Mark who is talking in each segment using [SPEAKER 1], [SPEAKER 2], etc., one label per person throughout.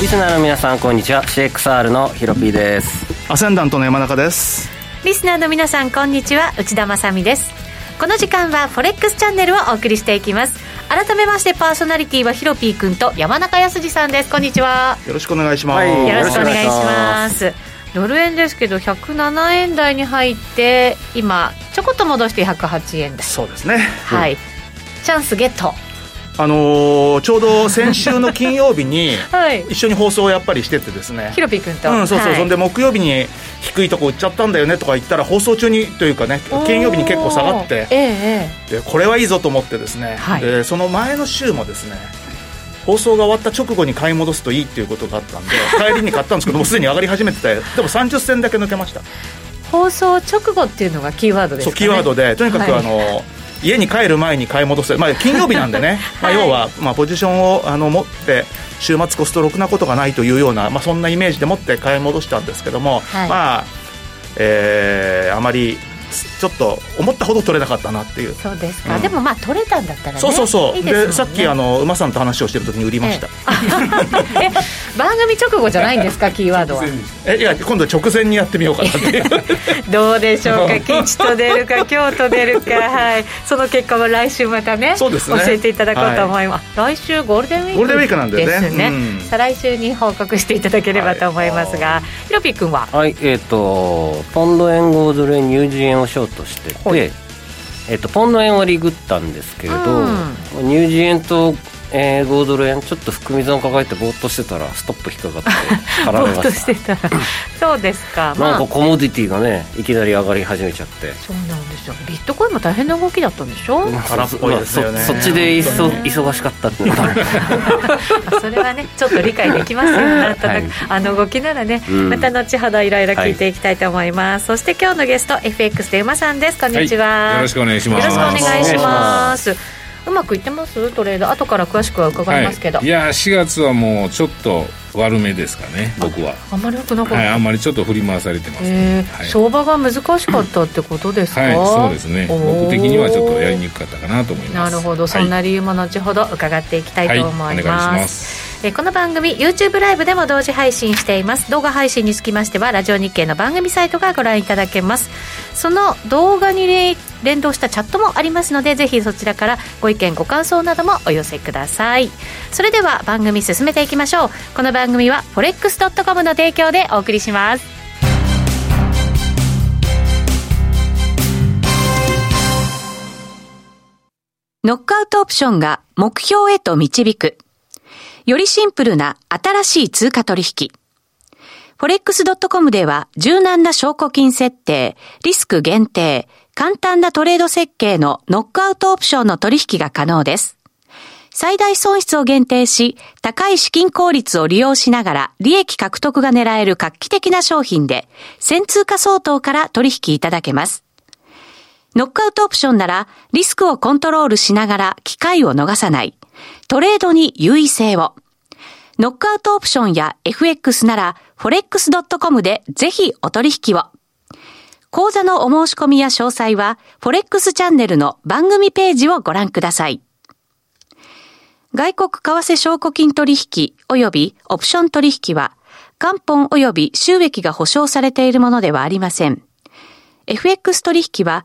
[SPEAKER 1] リスナーの皆さんこんにちは CXR のヒロピーです
[SPEAKER 2] アセンダントの山中です
[SPEAKER 3] リスナーの皆さんこんにちは内田まさみですこの時間はフォレックスチャンネルをお送りしていきます改めましてパーソナリティはヒロピーくんと山中康二さんですこんにちは
[SPEAKER 2] よろしくお願いしま
[SPEAKER 1] は
[SPEAKER 2] す、
[SPEAKER 1] い
[SPEAKER 3] よろしくお願い
[SPEAKER 1] よ
[SPEAKER 3] し
[SPEAKER 1] ろしくお願
[SPEAKER 3] ま
[SPEAKER 1] い
[SPEAKER 3] すドル円ですけど107円台に入って今ちょこっと戻して108円台
[SPEAKER 2] そうですね
[SPEAKER 3] はい、チャンスゲット
[SPEAKER 2] あのーちょうど先週の金曜日に
[SPEAKER 3] はい
[SPEAKER 2] 一緒に放送をやっぱりしててですね
[SPEAKER 3] ヒロピーくんと
[SPEAKER 2] うん、そうそう、
[SPEAKER 3] はい
[SPEAKER 2] そんで木曜日に低いとこ売っちゃったんだよねとか言ったら放送中にというかね金曜日に結構下がって
[SPEAKER 3] ええ
[SPEAKER 2] でこれはいいぞと思ってですね、
[SPEAKER 3] はい
[SPEAKER 2] でその前の週もですね放送が終わった直後に買い戻すといいっていうことがあった んで帰りに買ったんですけどもうすでに上がり始めててでも30銭だけ抜けました
[SPEAKER 3] ええ放送直後っていうのがキーワードです
[SPEAKER 2] そ
[SPEAKER 3] か、ね、
[SPEAKER 2] うキーワードでとにかく、
[SPEAKER 3] はい
[SPEAKER 2] あの家に帰る前に買い戻す、まあ、金曜日なんで ね、
[SPEAKER 3] はい
[SPEAKER 2] まあ、要は、まあ、ポジションをあの持って週末コストろくなことがないというような、まあ、そんなイメージで持って買い戻したんですけども、
[SPEAKER 3] はい
[SPEAKER 2] まあえーあまりちょっと思ったほど取れなかったなっていう。
[SPEAKER 3] そうですか、
[SPEAKER 2] うん
[SPEAKER 3] でもまあ取れたんだったらね
[SPEAKER 2] そうそうそう
[SPEAKER 3] いいですもん
[SPEAKER 2] で
[SPEAKER 3] ね
[SPEAKER 2] さっきあの馬さんと話をしてる時に売りました、
[SPEAKER 3] え番組直後じゃないんですかキーワードは
[SPEAKER 2] えいや今度直前にやってみようかなっていう
[SPEAKER 3] どうでしょうか吉と出 るか京と出るかはいその結果は来週またね
[SPEAKER 2] そうですね
[SPEAKER 3] 教えていただこうと思います、来週ゴールデンウィーク
[SPEAKER 2] ゴールデンウィークなんだよね
[SPEAKER 3] ですね、
[SPEAKER 2] うん
[SPEAKER 3] 再来週に報告していただければと思いますが、ひろぴーくんは
[SPEAKER 1] はいえっ、とポンド円豪ドル円ニュージー円をショートしてて、
[SPEAKER 3] はい
[SPEAKER 1] えっとポンド円をリグったんですけれど、
[SPEAKER 3] う
[SPEAKER 1] ニュージー円とえー、豪ドル円ちょっと含み損抱えてぼーっとしてたらストップ引っかか って
[SPEAKER 3] ぼ
[SPEAKER 1] 絡め
[SPEAKER 3] ー
[SPEAKER 1] ま
[SPEAKER 3] っと
[SPEAKER 1] し
[SPEAKER 3] してたらそうですか
[SPEAKER 1] た
[SPEAKER 3] ま
[SPEAKER 1] な
[SPEAKER 3] あ
[SPEAKER 1] んかコモディティがねいきなり上がり始めちゃって
[SPEAKER 3] そうなんですよビットコインも大変な動きだったんでしょ
[SPEAKER 2] 空っぽいですよね
[SPEAKER 1] まあそそっちでいっそ
[SPEAKER 3] 本当にね
[SPEAKER 1] 忙しかったっていうのがある
[SPEAKER 3] まあそれはねちょっと理解できますよなんとなく、
[SPEAKER 1] はい
[SPEAKER 3] あの動きならね、
[SPEAKER 1] うん
[SPEAKER 3] また後ほどいろいろ聞いていきたいと思います、そして今日のゲスト FX で馬さんですこんにちは、
[SPEAKER 4] はいよろしくお願いします
[SPEAKER 3] よろしくお願いし
[SPEAKER 1] お願いし
[SPEAKER 3] ま
[SPEAKER 1] ます
[SPEAKER 3] うまくいってますトレード後から詳しくは伺いますけど、
[SPEAKER 4] はい、いや4月はもうちょっと悪めですかね僕は
[SPEAKER 3] あんまり良くなかった、
[SPEAKER 4] はいあんまりちょっと振り回されてます
[SPEAKER 3] え
[SPEAKER 4] ね
[SPEAKER 3] ー
[SPEAKER 4] はい、
[SPEAKER 3] 相場が難しかったってことですか、
[SPEAKER 4] はい、そうですね
[SPEAKER 3] おー
[SPEAKER 4] 僕的にはちょっとやりにくかったかなと思いま
[SPEAKER 3] な
[SPEAKER 4] す
[SPEAKER 3] るほどそんな理由も後ほど伺っていきたいと思います、
[SPEAKER 4] はい、お願いします
[SPEAKER 3] えーこの番組 YouTube ライブでも同時配信しています動画配信につきましてはラジオ日経の番組サイトがご覧いただけますその動画にれ連動したチャットもありますのでぜひそちらからご意見ご感想などもお寄せくださいそれでは番組進めていきましょうこの番組は forex.com の提供でお送りします
[SPEAKER 5] ノックアウトオプションが目標へと導く。よりシンプルな新しい通貨取引。forex.com では柔軟な証拠金設定、リスク限定、簡単なトレード設計のノックアウトオプションの取引が可能です。最大損失を限定し、高い資金効率を利用しながら利益獲得が狙える画期的な商品で、1000通貨相当から取引いただけます。ノックアウトオプションならリスクをコントロールしながら機会を逃さない。トレードに優位性を。ノックアウトオプションや FX なら forex.com でぜひお取引を。講座のお申し込みや詳細は forex チャンネルの番組ページをご覧ください。外国為替証拠金取引及びオプション取引は元本及び収益が保証されているものではありません。FX 取引は、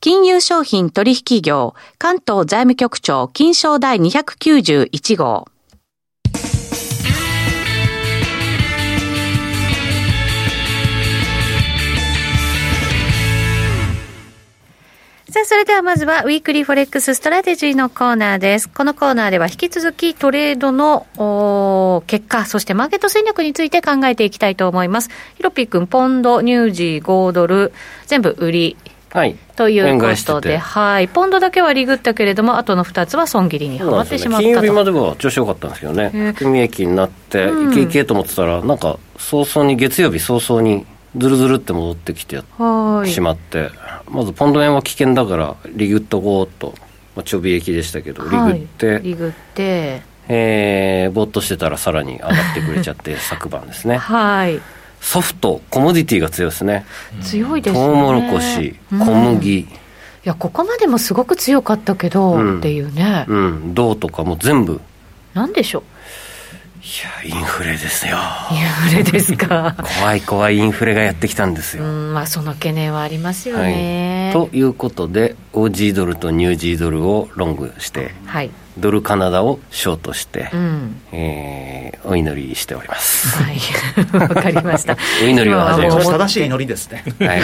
[SPEAKER 5] 金融商品取引業、関東財務局長金賞第291号。
[SPEAKER 3] さあ、それではまずは、ウィークリーフォレックスストラテジーのコーナーです。このコーナーでは、引き続きトレードの、おー結果、そしてマーケット戦略について考えていきたいと思います。ヒロピー君、ポンド、ニュージー、5ドル、全部売り。
[SPEAKER 1] はい。
[SPEAKER 3] という
[SPEAKER 1] 円
[SPEAKER 3] こ
[SPEAKER 1] 買して
[SPEAKER 3] とで、
[SPEAKER 1] て
[SPEAKER 3] はい、ポンドだけはリグったけれども、あとの2つは損切りには
[SPEAKER 1] そう
[SPEAKER 3] ま
[SPEAKER 1] なん
[SPEAKER 3] っ
[SPEAKER 1] で
[SPEAKER 3] て
[SPEAKER 1] す
[SPEAKER 3] し
[SPEAKER 1] よね
[SPEAKER 3] まっ
[SPEAKER 1] 金曜
[SPEAKER 3] た
[SPEAKER 1] 日ま
[SPEAKER 3] と。
[SPEAKER 1] では調子良かったんですけどね、
[SPEAKER 3] えー
[SPEAKER 1] 含み益になって、
[SPEAKER 3] うん
[SPEAKER 1] いけいけと思ってたら、なんか早々に、月曜日早々に、ずるずるって戻ってきて
[SPEAKER 3] はー
[SPEAKER 1] し
[SPEAKER 3] い
[SPEAKER 1] まって、まずポンド円は危険だから、リグっとこうと、まあ、ちょび益でしたけど、リ
[SPEAKER 3] は
[SPEAKER 1] グ
[SPEAKER 3] い
[SPEAKER 1] って、
[SPEAKER 3] リグって、
[SPEAKER 1] えーぼーっとしてたら、さらに上がってくれちゃ って、昨晩ですね、
[SPEAKER 3] はい、
[SPEAKER 1] ソフト、コモディティが強いですね、
[SPEAKER 3] 強い
[SPEAKER 1] ト
[SPEAKER 3] ですね。
[SPEAKER 1] ウモロコシ、小
[SPEAKER 3] うんい
[SPEAKER 1] 麦、
[SPEAKER 3] や、ここまでもすごく強かったけど、
[SPEAKER 1] うん
[SPEAKER 3] っていうね、
[SPEAKER 1] うん、銅とかも全部、
[SPEAKER 3] なんでしょう、
[SPEAKER 1] いや、インフレですよ。
[SPEAKER 3] インフレです か。
[SPEAKER 1] 怖い怖いインフレがやってきたんです
[SPEAKER 3] う
[SPEAKER 1] よ。
[SPEAKER 3] ん、まあ、その懸念はありますよ
[SPEAKER 1] は
[SPEAKER 3] ね
[SPEAKER 1] い、。ということで、オージードルとニュージードルをロングして、
[SPEAKER 3] はい、
[SPEAKER 1] ドルカナダをショートして、
[SPEAKER 3] うん。
[SPEAKER 1] えーお祈りしております。
[SPEAKER 3] はい、 わかりました。
[SPEAKER 1] お祈りを始め
[SPEAKER 2] そ
[SPEAKER 1] ま
[SPEAKER 2] れ
[SPEAKER 1] し
[SPEAKER 2] は
[SPEAKER 1] た。
[SPEAKER 2] 正しい祈りですね
[SPEAKER 1] はい、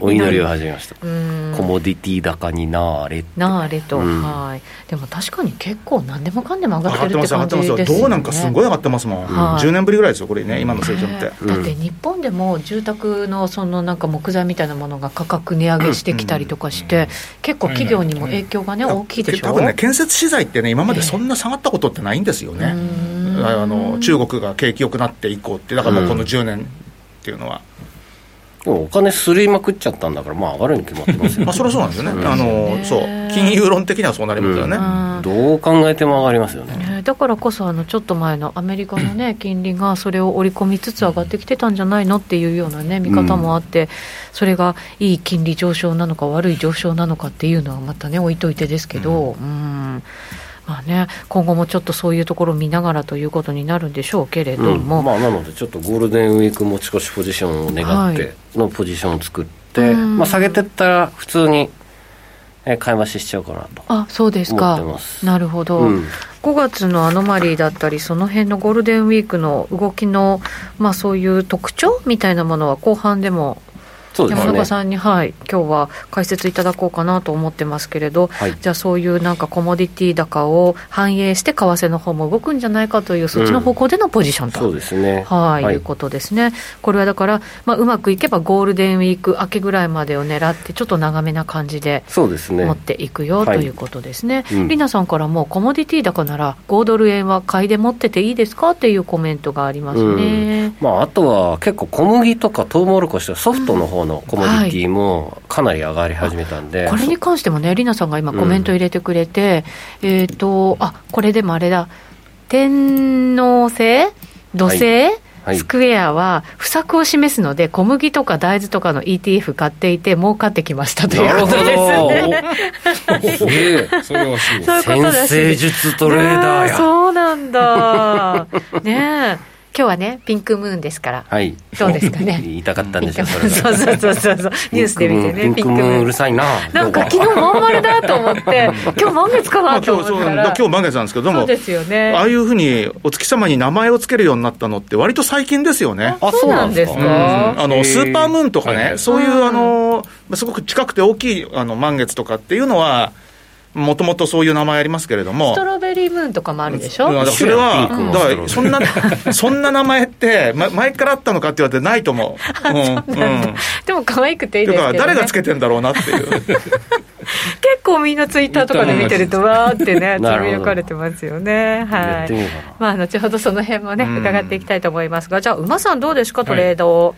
[SPEAKER 1] お祈りを始めました。コ
[SPEAKER 3] うん
[SPEAKER 1] モディティ高になーれ。
[SPEAKER 3] なあれと、
[SPEAKER 1] うん
[SPEAKER 3] はいでも確かに結構何でもかんでも上
[SPEAKER 2] 上
[SPEAKER 3] がっ
[SPEAKER 2] が
[SPEAKER 3] て
[SPEAKER 2] っ
[SPEAKER 3] る
[SPEAKER 2] て
[SPEAKER 3] っ
[SPEAKER 2] ま
[SPEAKER 3] て
[SPEAKER 2] す上がって
[SPEAKER 3] 感じ
[SPEAKER 2] ま
[SPEAKER 3] ですす
[SPEAKER 2] よ
[SPEAKER 3] よね
[SPEAKER 2] 銅なんかすごい上がってますもん、
[SPEAKER 3] はい
[SPEAKER 2] 10年ぶりぐらいですよこれね今の成長って、
[SPEAKER 3] ねだって日本でも住宅のそのなんか木材みたいなものが価格値上げしてきたりとかして、結構企業にも影響がね、大きいでしょ
[SPEAKER 2] 多分ね、建設資材ってね、今までそんな下がったことってないんですよね、
[SPEAKER 3] うん
[SPEAKER 2] あの中国が景気よくなって以降って、だからもうこ
[SPEAKER 1] う
[SPEAKER 2] の
[SPEAKER 1] ん
[SPEAKER 2] 10年っていうのは、
[SPEAKER 1] でもお金すりまくっちゃったんだから、まあ上がるに決まってますよ
[SPEAKER 2] まあ、。それはそうなん ですよね、
[SPEAKER 1] うん
[SPEAKER 2] あのそう金融論的にはそうなりますよね、
[SPEAKER 3] うん
[SPEAKER 1] どう考えても上がりますよね。
[SPEAKER 3] ねだからこそあのちょっと前のアメリカの、ね、金利がそれを織り込みつつ上がってきてたんじゃないのっていうような、ね、見方もあって、それがいい金利上昇なのか悪い上昇なのかっていうのはまた、ね、置いといてですけど、うんまあね、今後もちょっとそういうところを見ながらということになるんでしょうけれど
[SPEAKER 1] うん、
[SPEAKER 3] も、
[SPEAKER 1] まあなのでちょっとゴールデンウィーク持ち越しポジションを願っ
[SPEAKER 3] はい
[SPEAKER 1] てのポジションを作って、
[SPEAKER 3] うん
[SPEAKER 1] まあ下げてったら普通にえー買い増ししちゃおうかなと。
[SPEAKER 3] あそうですか
[SPEAKER 1] 思ってます
[SPEAKER 3] なるほど、
[SPEAKER 1] うん
[SPEAKER 3] 5月のアノマリーだったりその辺のゴールデンウィークの動きの、まあ、そういう特徴みたいなものは後半でも
[SPEAKER 1] そうです
[SPEAKER 3] 山
[SPEAKER 1] ね
[SPEAKER 3] 中。さんに、はい、今日は解説いただこうかなと思ってますけれど、
[SPEAKER 1] はい
[SPEAKER 3] じゃあそういうなんかコモディティ高を反映して為替の方も動くんじゃないかというそっちの方向でのポジションと。
[SPEAKER 1] そうですね。
[SPEAKER 3] はい、い、うことですね。これはだから、まあ、うまくいけばゴールデンウィーク明けぐらいまでを狙って、ちょっと長めな感じで
[SPEAKER 1] そうですね
[SPEAKER 3] 持っ。ていくよ、
[SPEAKER 1] はい
[SPEAKER 3] ということですね。
[SPEAKER 1] うん
[SPEAKER 3] りなさんからも、コモディティ高なら、5ドル円は買いで持ってていいですかっていうコメントがありますね。
[SPEAKER 1] まああとは結構小麦とかトウモロコシとかソフトの方のコモディティもかなり上がり始めたんで。
[SPEAKER 3] これに関してもね、りなさんが今、
[SPEAKER 1] うん
[SPEAKER 3] コメント入れてくれて、えっ、と、あこれでもあれだ、天王星、土星、
[SPEAKER 1] はい
[SPEAKER 3] スクエアは不作を示すので、小麦とか大豆とかの ETF 買っていて、儲かってきましたとい
[SPEAKER 1] な
[SPEAKER 3] う
[SPEAKER 1] る
[SPEAKER 3] こ
[SPEAKER 1] ほ
[SPEAKER 3] とですね。
[SPEAKER 1] ど。すげえ
[SPEAKER 4] それはすご い
[SPEAKER 3] そういうことだ
[SPEAKER 1] 先
[SPEAKER 3] し
[SPEAKER 1] 生術トレーダー
[SPEAKER 3] ねえ
[SPEAKER 1] や。
[SPEAKER 3] そうなんだ。ねえ、今日はね、ピンクムーンですから、
[SPEAKER 1] はい。
[SPEAKER 3] どうですかね。
[SPEAKER 1] 言いたかったん
[SPEAKER 3] ピ
[SPEAKER 1] で
[SPEAKER 3] ン
[SPEAKER 1] しょ
[SPEAKER 3] ク
[SPEAKER 1] う
[SPEAKER 3] ム
[SPEAKER 1] そ
[SPEAKER 3] ー
[SPEAKER 1] れ
[SPEAKER 3] ン
[SPEAKER 1] が。
[SPEAKER 3] そうそうそうそうそう、ニュースで見てね、
[SPEAKER 1] ピ
[SPEAKER 3] ピ
[SPEAKER 1] ン
[SPEAKER 3] ン
[SPEAKER 1] ク
[SPEAKER 3] ク
[SPEAKER 1] ム
[SPEAKER 3] ム
[SPEAKER 1] ーンう
[SPEAKER 3] ーン
[SPEAKER 1] る。さいな。
[SPEAKER 3] なんか
[SPEAKER 1] どう
[SPEAKER 3] 昨日まん丸だと思って、今日満月か
[SPEAKER 2] まあ
[SPEAKER 3] なと
[SPEAKER 2] 今
[SPEAKER 3] 思
[SPEAKER 2] 日
[SPEAKER 3] っ
[SPEAKER 2] そう
[SPEAKER 3] た
[SPEAKER 2] だから
[SPEAKER 3] ら。
[SPEAKER 2] 今日満月なんですけど、で
[SPEAKER 3] そう
[SPEAKER 2] も、
[SPEAKER 3] ですよね。
[SPEAKER 2] ああいうふうにお月様に名前をつけるようになったのって、割と最近ですよね。
[SPEAKER 1] あ
[SPEAKER 3] そうなんです
[SPEAKER 1] そうなん
[SPEAKER 2] あ
[SPEAKER 3] か。
[SPEAKER 1] へ
[SPEAKER 2] の
[SPEAKER 1] ー
[SPEAKER 2] スーパームーンとか
[SPEAKER 4] はいは
[SPEAKER 2] ね、
[SPEAKER 4] い
[SPEAKER 2] そういう
[SPEAKER 3] うん
[SPEAKER 2] あのすごく近くて大きいあの満月とかっていうのは、もともとそういう名前ありますけれども
[SPEAKER 3] ス、トロベリームーンとかもあるでしょ。
[SPEAKER 2] うんだからそれは、
[SPEAKER 1] ピンクの
[SPEAKER 2] だ
[SPEAKER 1] ス
[SPEAKER 2] か
[SPEAKER 1] トロ
[SPEAKER 2] らそんな、そんな名前って、ま、前からあったのかって言われてないと思う。うん。うん。
[SPEAKER 3] でも可愛くていい
[SPEAKER 2] て
[SPEAKER 3] ですけど、
[SPEAKER 2] か、
[SPEAKER 3] ね、
[SPEAKER 2] 誰がつけてんだろうなっていう。
[SPEAKER 3] 結構みんなツイッターとかで見てるとわーってねつ
[SPEAKER 1] なる
[SPEAKER 3] ぶ
[SPEAKER 1] ほど
[SPEAKER 3] やかれてますよね
[SPEAKER 1] や
[SPEAKER 3] は
[SPEAKER 1] ってみ
[SPEAKER 3] い
[SPEAKER 1] ようかな
[SPEAKER 3] まあ後ほどその辺もね
[SPEAKER 2] うん
[SPEAKER 3] 伺っていきたいと思いますがじゃあ馬さんどうですかトレードを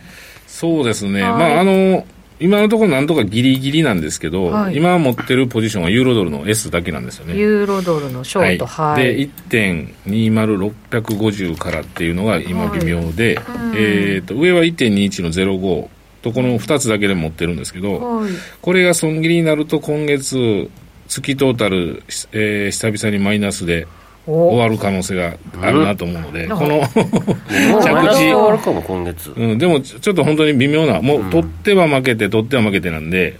[SPEAKER 4] そうですね。
[SPEAKER 3] はい
[SPEAKER 4] まあ、あの、今のところなんとかギリギリなんですけど、
[SPEAKER 3] はい
[SPEAKER 4] 今持ってるポジションはユーロドルの S だけなんですよね。
[SPEAKER 3] ユーロドルのショートはい、
[SPEAKER 4] で、1.20650からっていうのが今微妙で、
[SPEAKER 3] はい
[SPEAKER 4] えっ、と、上は1.21の05とこの2つだけで持ってるんですけど、
[SPEAKER 3] はい
[SPEAKER 4] これが損切りになると今月、月トータル、えー久々にマイナスで終
[SPEAKER 3] お
[SPEAKER 4] わる可能性があるなと思うので、
[SPEAKER 3] うん
[SPEAKER 4] この、
[SPEAKER 1] も うマイナス
[SPEAKER 4] 着地
[SPEAKER 1] 終わるかも今月。
[SPEAKER 4] うん、でもちょちょっと本当に微妙な、もう取っては負けて、取っては負けてなんで、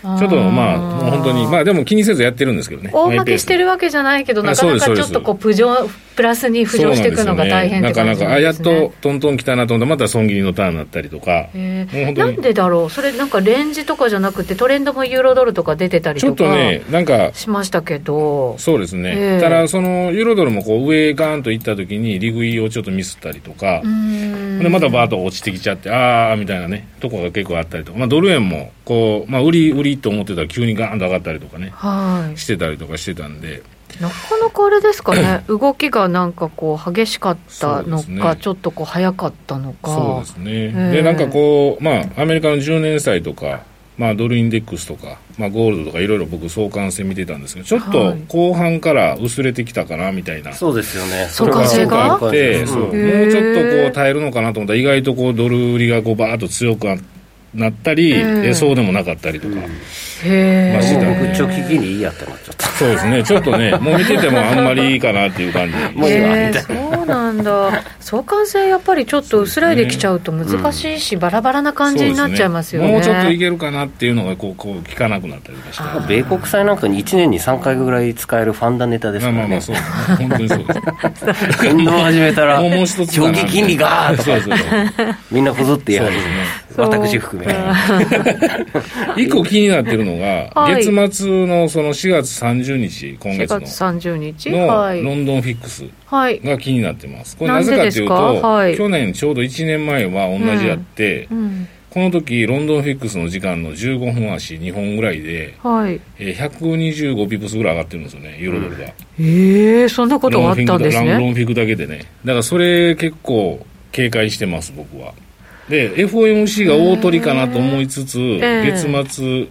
[SPEAKER 4] ちょっとまあ、もう本当に、まあでも気にせずやってるんですけどね。
[SPEAKER 3] 大負けして
[SPEAKER 4] る
[SPEAKER 3] るわけじゃないけど、なかな
[SPEAKER 4] あそ
[SPEAKER 3] かち
[SPEAKER 4] うで
[SPEAKER 3] ょ
[SPEAKER 4] す
[SPEAKER 3] っとこう、プジョ、プラスに浮上していくのが大変っ
[SPEAKER 4] な
[SPEAKER 3] て
[SPEAKER 4] か
[SPEAKER 3] 感
[SPEAKER 4] な
[SPEAKER 3] じ
[SPEAKER 4] か、
[SPEAKER 3] な
[SPEAKER 4] あ、
[SPEAKER 3] ん
[SPEAKER 4] や
[SPEAKER 3] で
[SPEAKER 4] っ
[SPEAKER 3] すね
[SPEAKER 4] とトントン来たなと思ったら、また損切りのターンになったりとか、
[SPEAKER 3] えー
[SPEAKER 4] もう本当
[SPEAKER 3] な
[SPEAKER 4] に
[SPEAKER 3] んでだろうそれなんかレンジとかじゃなくてトレンドもユーロドルとか出てたり
[SPEAKER 4] ちょ
[SPEAKER 3] と
[SPEAKER 4] っと
[SPEAKER 3] か
[SPEAKER 4] ね、なんか、
[SPEAKER 3] しましたけど
[SPEAKER 4] そうですね、
[SPEAKER 3] ええ
[SPEAKER 4] ただ、そのユーロドルもこう上ガーンと行った時に、利食いをちょっとミスったりとか、
[SPEAKER 3] うん
[SPEAKER 4] でまたバーッと落ちてきちゃって、あーみたいなね、とこが結構あったりとか、まあ、ドル円もこう、まあ、売り、売りと思ってたら、急にガーンと上がったりとかね、
[SPEAKER 3] はい
[SPEAKER 4] してたりとかしてたんで、
[SPEAKER 3] なかなかあれですか ね動きがなんかこう激しかったの
[SPEAKER 4] そうです
[SPEAKER 3] か、
[SPEAKER 4] ね
[SPEAKER 3] ちょっとこう早かったのか
[SPEAKER 4] そうですね、
[SPEAKER 3] ええ
[SPEAKER 4] でなんかこう、まあ、アメリカの10年債とか、まあ、ドルインデックスとか、まあ、ゴールドとか、いろいろ僕、相関性見てたんですけど、ちょっ
[SPEAKER 3] は
[SPEAKER 4] と
[SPEAKER 3] い
[SPEAKER 4] 後半から薄れてきたかなみたいな。
[SPEAKER 1] そうですよね。
[SPEAKER 3] そうか
[SPEAKER 1] それ
[SPEAKER 3] そうか
[SPEAKER 4] あって、
[SPEAKER 1] そ
[SPEAKER 4] そうう
[SPEAKER 1] か
[SPEAKER 4] もう
[SPEAKER 1] うん
[SPEAKER 4] ちょっとこう耐えるのかなと思ったら、意外とこうドル売りがこうバーッと強くなったり、
[SPEAKER 3] うん
[SPEAKER 4] えそうでもなかったりとか、
[SPEAKER 3] へ
[SPEAKER 4] まあ
[SPEAKER 1] もう
[SPEAKER 3] え
[SPEAKER 1] 僕、長期金利いいやってなっちゃった。
[SPEAKER 4] そうですね、ちょっと ね、もう見ててもあんまりいいかなっていう感じ。
[SPEAKER 1] もういいわみ
[SPEAKER 3] へえ
[SPEAKER 1] た
[SPEAKER 3] そうなんだ相関性やっぱりちょっと薄らいできちゃうと難しいし、バラバラな感じになっちゃいますよね
[SPEAKER 4] そうですもうちょっといけるかなっていうのがこう、こう、効かなくなったりとかして。
[SPEAKER 3] あ
[SPEAKER 1] 米国債なんかに1年に3回ぐらい使えるファンダネタです
[SPEAKER 4] まあ
[SPEAKER 1] から
[SPEAKER 4] ま
[SPEAKER 1] ね
[SPEAKER 4] あまあ、。そうですね。本当にそうです。
[SPEAKER 1] 運動始めたら
[SPEAKER 4] もうもう一、つ
[SPEAKER 1] 長
[SPEAKER 4] だな
[SPEAKER 1] 期金利がーと
[SPEAKER 4] そ
[SPEAKER 1] か
[SPEAKER 4] う、そうそう。
[SPEAKER 1] みんなこぞって言い始め
[SPEAKER 3] そう
[SPEAKER 1] 私含め。
[SPEAKER 4] 一個気になってるのが、
[SPEAKER 3] はい
[SPEAKER 4] 月末のその4月30日、今
[SPEAKER 3] 4
[SPEAKER 4] 月の。
[SPEAKER 3] 月30日は
[SPEAKER 4] のロ
[SPEAKER 3] い、
[SPEAKER 4] ンドンフィックス
[SPEAKER 3] はい
[SPEAKER 4] が気になってます。これ
[SPEAKER 3] なん
[SPEAKER 4] な
[SPEAKER 3] で
[SPEAKER 4] ぜかというと、
[SPEAKER 3] ですかはい
[SPEAKER 4] 去年ちょうど1年前は同じやって、
[SPEAKER 3] うん
[SPEAKER 4] この時ロンドンフィックスの時間の15分足2本ぐらいで、
[SPEAKER 3] はい、
[SPEAKER 4] えー125ピプスぐらい上がってるんですよね、ユーロドルが。
[SPEAKER 3] ええそんなことがあったんです
[SPEAKER 4] ロンロンロ
[SPEAKER 3] ね
[SPEAKER 4] ンフィクだけでね。だからそれ結構警戒してます、僕は。で、FOMC が大取りかなと思いつつ、
[SPEAKER 3] えー
[SPEAKER 4] 月末、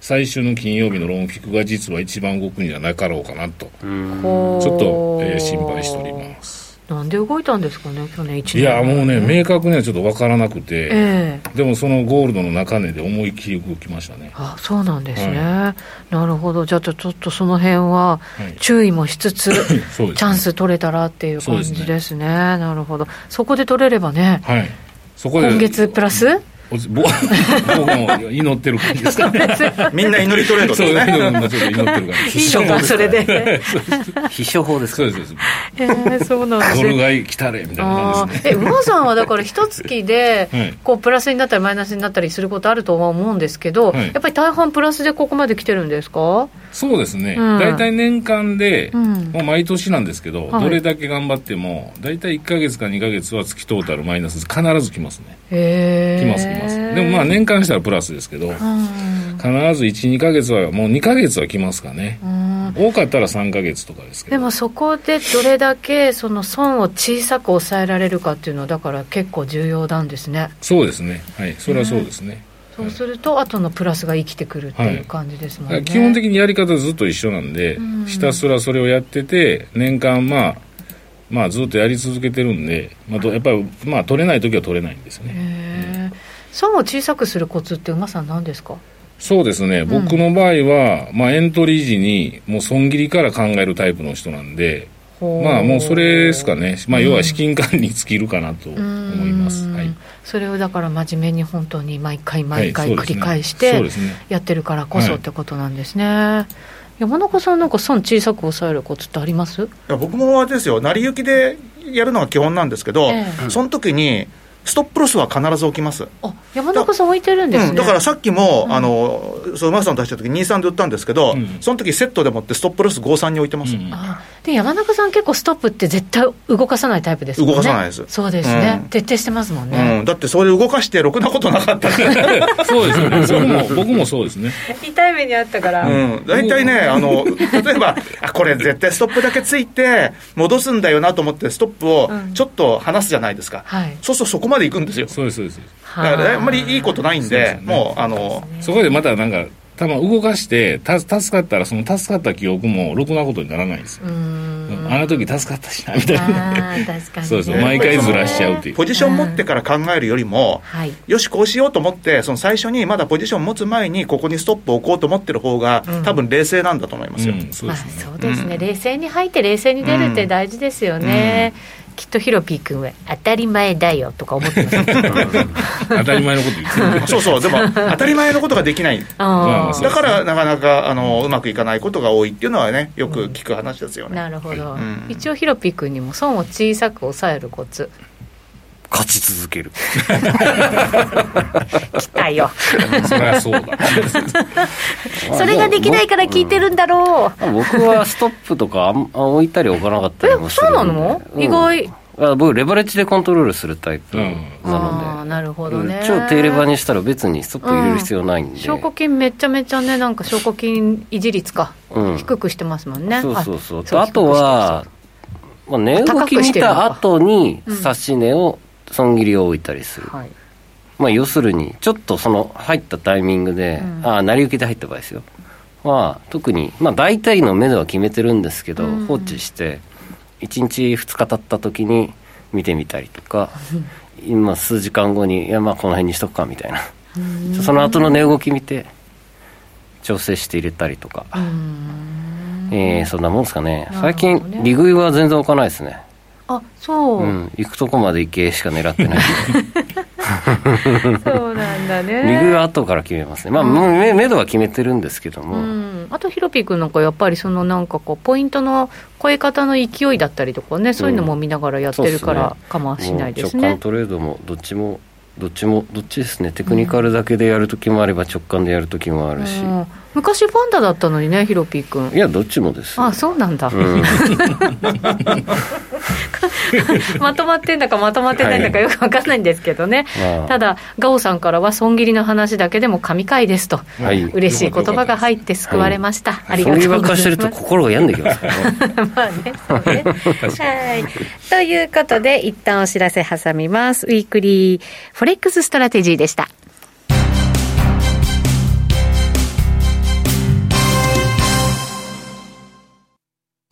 [SPEAKER 4] 最終の金曜日のロンフィクが実は一番動くんじゃなかろうかなと、
[SPEAKER 1] うん
[SPEAKER 3] ほう
[SPEAKER 4] ちょっと、えー心配しております。
[SPEAKER 3] なんで動いたんですかね去年1年
[SPEAKER 4] いや、もうね、
[SPEAKER 3] え
[SPEAKER 4] 明確にはちょっとわからなくて、
[SPEAKER 3] え
[SPEAKER 4] でもそのゴールドの中値で思いっきり動きましたね。
[SPEAKER 3] あそうなんですね、なるほどじゃあちょっとその辺は
[SPEAKER 4] はい
[SPEAKER 3] 注意もしつつ、
[SPEAKER 4] そうです、ね。
[SPEAKER 3] チャン。ス取れたらっていう感
[SPEAKER 4] そう
[SPEAKER 3] じ
[SPEAKER 4] ですね
[SPEAKER 3] ですねなるほどそこで取れればね
[SPEAKER 4] はい。そこで、
[SPEAKER 3] 今月プラス
[SPEAKER 4] おじぼ 僕も祈ってる感 じですかね。
[SPEAKER 2] みんな祈りトレンド
[SPEAKER 4] そう
[SPEAKER 2] です
[SPEAKER 4] いう
[SPEAKER 2] ね。
[SPEAKER 4] のもちょっと祈ってる感じです。
[SPEAKER 3] いいのかそれ で、
[SPEAKER 1] 必勝法ですか
[SPEAKER 4] そ
[SPEAKER 1] ら
[SPEAKER 4] うです、そうで。
[SPEAKER 3] えーそうなんですす
[SPEAKER 4] ドル
[SPEAKER 3] ね
[SPEAKER 4] 買い来たれ、みたいな
[SPEAKER 3] あ
[SPEAKER 4] 感じで
[SPEAKER 3] ー
[SPEAKER 4] す
[SPEAKER 3] え馬さんはだから一月で、
[SPEAKER 4] はい
[SPEAKER 3] こうプラスになったりマイナスになったりすることあるとは思うんですけど、
[SPEAKER 4] はい
[SPEAKER 3] やっぱり大半プラスでここまで来てるんですか、
[SPEAKER 4] ね。そうですね。
[SPEAKER 3] うん
[SPEAKER 4] 大体年間で、
[SPEAKER 3] うん
[SPEAKER 4] もう毎年なんですけど、
[SPEAKER 3] はい
[SPEAKER 4] どれだけ頑張っても、大体1ヶ月か2ヶ月は月トータルマイナス、必ず来ますね。
[SPEAKER 3] え
[SPEAKER 4] 来
[SPEAKER 3] ー
[SPEAKER 4] ます、来ます。でもまあ年間したらプラスですけど、必ず
[SPEAKER 3] うん
[SPEAKER 4] 1、2ヶ月は、もう2ヶ月は来ますかね。
[SPEAKER 3] うん
[SPEAKER 4] 多かったら3ヶ月とかですけ
[SPEAKER 3] で
[SPEAKER 4] ど。
[SPEAKER 3] もそこでどれだけその損を小さく抑えられるかっていうのはだから結構重要なんですね
[SPEAKER 4] そうですね。はい。それはそうですね。
[SPEAKER 3] そうすると後のプラスが生きてくるっていう感じですもんね、
[SPEAKER 4] 基本的
[SPEAKER 3] に
[SPEAKER 4] にやり方ずっと一緒なんで、
[SPEAKER 3] うん
[SPEAKER 4] ひたすらそれをやってて年間まあまあずっとやり続けてるんで、まあ、どやっぱりまあ取れない時は取れないんですよね、
[SPEAKER 3] 損を小さくするコツって馬さん何ですか
[SPEAKER 4] そうですね僕の場合は、まあ、エントリー時にもう損切りから考えるタイプの人なんでまあもうそれですかね、まあ、要は資金管理に尽きるかなと思います、
[SPEAKER 3] うん
[SPEAKER 4] はい、
[SPEAKER 3] それをだから真面目に本当に毎回毎回
[SPEAKER 4] はい
[SPEAKER 3] 繰
[SPEAKER 4] そうですね
[SPEAKER 3] り返し
[SPEAKER 4] そ
[SPEAKER 3] て
[SPEAKER 4] うですね
[SPEAKER 3] やってるからこそってことなんですね、山中さんなんか損小さく抑えるコツってあります
[SPEAKER 2] いや僕もあれですよ、成り行きでやるのが基本なんですけど、
[SPEAKER 3] え
[SPEAKER 2] その時に、ストップロスは必ず起きます。
[SPEAKER 3] あ山中さん置いてるんですね、
[SPEAKER 2] うんだからさっきも、
[SPEAKER 3] うん
[SPEAKER 2] あのそう馬さんと話した時に23で売ったんですけど、
[SPEAKER 4] うん
[SPEAKER 2] その時セットでもってストップロス53に置いてます、
[SPEAKER 4] うん
[SPEAKER 3] あで山中さん結構ストップって絶対動かさないタイプですもんね
[SPEAKER 2] 動かさないです
[SPEAKER 3] そうですね、
[SPEAKER 2] うん
[SPEAKER 3] 徹底してますもん
[SPEAKER 2] う
[SPEAKER 3] ね、
[SPEAKER 2] んだってそれ動かしてろくなことなかったから
[SPEAKER 4] そうですねそれも僕もそうですね
[SPEAKER 3] 痛い目にあったから
[SPEAKER 2] うん大体、ねあの例えばあこれ絶対ストップだけついて戻すんだよなと思ってストップを
[SPEAKER 3] うん
[SPEAKER 2] ちょっと離すじゃないですか、
[SPEAKER 3] はい
[SPEAKER 2] そうするとそこまで行くんですよ
[SPEAKER 4] そうですそうです
[SPEAKER 2] だからねあんまりいいことないん
[SPEAKER 4] そうです
[SPEAKER 2] で
[SPEAKER 4] よね
[SPEAKER 2] もうあの
[SPEAKER 4] そこでまたなんか、たま動かして、た、助かったら、その助かった記憶も、ろくなことにならないんですよ。
[SPEAKER 3] うーん
[SPEAKER 4] うんあの時助かったしな、みたいなね。
[SPEAKER 3] あー確かにね
[SPEAKER 4] そうそう、毎回ずらしちゃうっていう。
[SPEAKER 2] ポジション持ってから考えるよりも、
[SPEAKER 3] はい
[SPEAKER 2] よし、こうしようと思って、その最初にまだポジション持つ前に、ここにストップを置こうと思ってる方が、
[SPEAKER 3] うん
[SPEAKER 2] 多分冷静なんだと思いますよ。
[SPEAKER 4] うん、そう
[SPEAKER 3] まあ
[SPEAKER 4] ですね。
[SPEAKER 3] そうですね、
[SPEAKER 2] うん
[SPEAKER 3] 冷静に入って冷静に出るって大事ですよね、きっとヒロピー君は当たり前だよとか 思ってます
[SPEAKER 4] 当たり前のこと言ってる
[SPEAKER 2] そうそうでも当たり前のことができない
[SPEAKER 3] あー
[SPEAKER 4] そうで
[SPEAKER 2] だ
[SPEAKER 4] す
[SPEAKER 2] か
[SPEAKER 4] ね
[SPEAKER 2] らなかなかあのうまくいかないことが多いっていうのはねよく聞く話ですよね、
[SPEAKER 3] なるほど、
[SPEAKER 2] うん
[SPEAKER 3] 一応ヒロピー君にも損を小さく抑えるコツ
[SPEAKER 1] 勝ち続ける。
[SPEAKER 3] 来 たよ
[SPEAKER 4] そりゃそうだ
[SPEAKER 3] それができないから聞いてるんだろう、
[SPEAKER 1] 僕はストップとかあんあ置いたり置かなかったりも
[SPEAKER 3] え
[SPEAKER 1] す
[SPEAKER 3] そう
[SPEAKER 1] るんで
[SPEAKER 3] なの、
[SPEAKER 1] うん
[SPEAKER 3] 意外
[SPEAKER 1] あ僕レバレッジでコントロールするタイプな
[SPEAKER 3] ああ
[SPEAKER 1] ので、
[SPEAKER 3] なるほどね
[SPEAKER 1] 超低レバにしたら別にストップ入れる必要ないんで、
[SPEAKER 3] 証拠金めちゃめちゃねなんか証拠金維持率か、
[SPEAKER 1] うん
[SPEAKER 3] 低くしてますもんね
[SPEAKER 1] そうそうそう
[SPEAKER 3] う
[SPEAKER 1] あとは、まあ、値動き見た後に
[SPEAKER 3] うん
[SPEAKER 1] 差し値を損切りを置いたりす
[SPEAKER 3] 低
[SPEAKER 1] る、
[SPEAKER 3] くしてるはい、
[SPEAKER 1] まあ、要するにちょっとその入ったタイミングで、
[SPEAKER 3] うん
[SPEAKER 1] ああ成り行きで入った場合ですよは特に、まあ、大体の目では決めてるんですけど、
[SPEAKER 3] うん
[SPEAKER 1] 放置して1日2日経った時に見てみたりと か今数時間後にいやまあこの辺にしとくかみたいなその後の値動き見て調整して入れたりとか、えーそんなもんですかね
[SPEAKER 3] なる
[SPEAKER 1] 最
[SPEAKER 3] ほどね
[SPEAKER 1] 近利食いは全然置かないですね
[SPEAKER 3] あそう、
[SPEAKER 1] うん行くとこまで行けしか狙ってない
[SPEAKER 3] そうなんだね
[SPEAKER 1] 利食いは後から決めますねまあ、もうめめどは決めてるんですけども、
[SPEAKER 3] うん、あとヒロピー君なんかやっぱりそのなんかこうポイントの超え方の勢いだったりとかねそういうのも見ながらやってるか
[SPEAKER 1] そう
[SPEAKER 3] ら
[SPEAKER 1] っすね
[SPEAKER 3] 我慢しないです
[SPEAKER 1] もう直
[SPEAKER 3] ね
[SPEAKER 1] 感。トレードもどっちもどっちもどっちですねテクニカルだけでやるときもあれば直感でやるときもあるし、
[SPEAKER 3] うん昔パンダだったのにねヒロピー
[SPEAKER 1] い
[SPEAKER 3] 君。
[SPEAKER 1] やどっちもですよ
[SPEAKER 3] あそうなんだ、
[SPEAKER 1] うん
[SPEAKER 3] まとまってんだかまとまってないんだかよくわかんないんですけどね、
[SPEAKER 1] まあ
[SPEAKER 3] ただガオさんからは損切りの話だけでも神回ですと
[SPEAKER 1] はい
[SPEAKER 3] 嬉しい言葉が入って救われました、ありが
[SPEAKER 1] そうい
[SPEAKER 3] と
[SPEAKER 1] う
[SPEAKER 3] う
[SPEAKER 1] ばっか
[SPEAKER 3] ございま
[SPEAKER 1] りし
[SPEAKER 3] す
[SPEAKER 1] てると心が病んできますからね
[SPEAKER 3] まあね、そうね。はい。ということで、一旦お知らせ挟みます。ウィークリーフォレックスストラテジーでした。